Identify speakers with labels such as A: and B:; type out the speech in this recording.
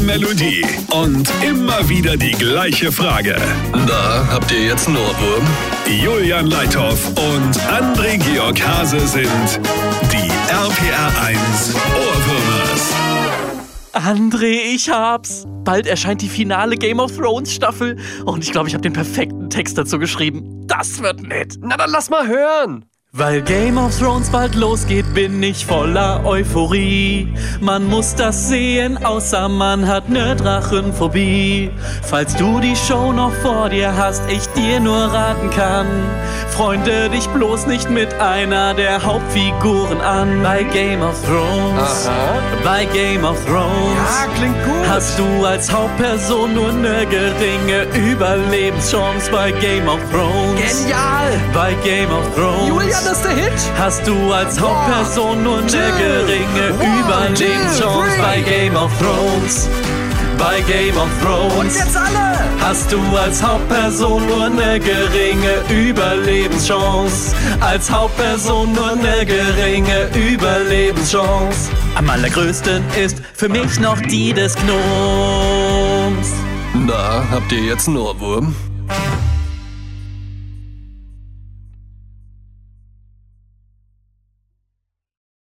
A: Melodie und immer wieder die gleiche Frage.
B: Da habt ihr jetzt einen Ohrwurm.
A: Julian Leithoff und André Georg Hase sind die RPR 1 Ohrwürmers.
C: André, ich hab's. Bald erscheint die finale Game of Thrones Staffel und ich glaube, ich habe den perfekten Text dazu geschrieben. Das wird nett.
D: Na dann lass mal hören.
C: Weil Game of Thrones bald losgeht, bin ich voller Euphorie. Man muss das sehen, außer man hat ne Drachenphobie. Falls du die Show noch vor dir hast, ich dir nur raten kann. Freunde dich bloß nicht mit einer der Hauptfiguren an. Bei Game of Thrones, bei Game of Thrones,
D: Ah, klingt gut.
C: hast du als Hauptperson nur ne geringe Überlebenschance. Bei Game of Thrones,
D: Genial.
C: bei Game of Thrones.
D: Julian, das ist der Hit.
C: Hast du als Hauptperson nur eine geringe
D: one,
C: Überlebenschance
D: two,
C: bei Game of Thrones? Bei Game of
D: Und
C: Thrones
D: jetzt alle.
C: hast du als Hauptperson nur eine geringe Überlebenschance. Als Hauptperson nur eine geringe Überlebenschance. Am allergrößten ist für mich noch die des Gnoms.
B: Da habt ihr jetzt einen Ohrwurm.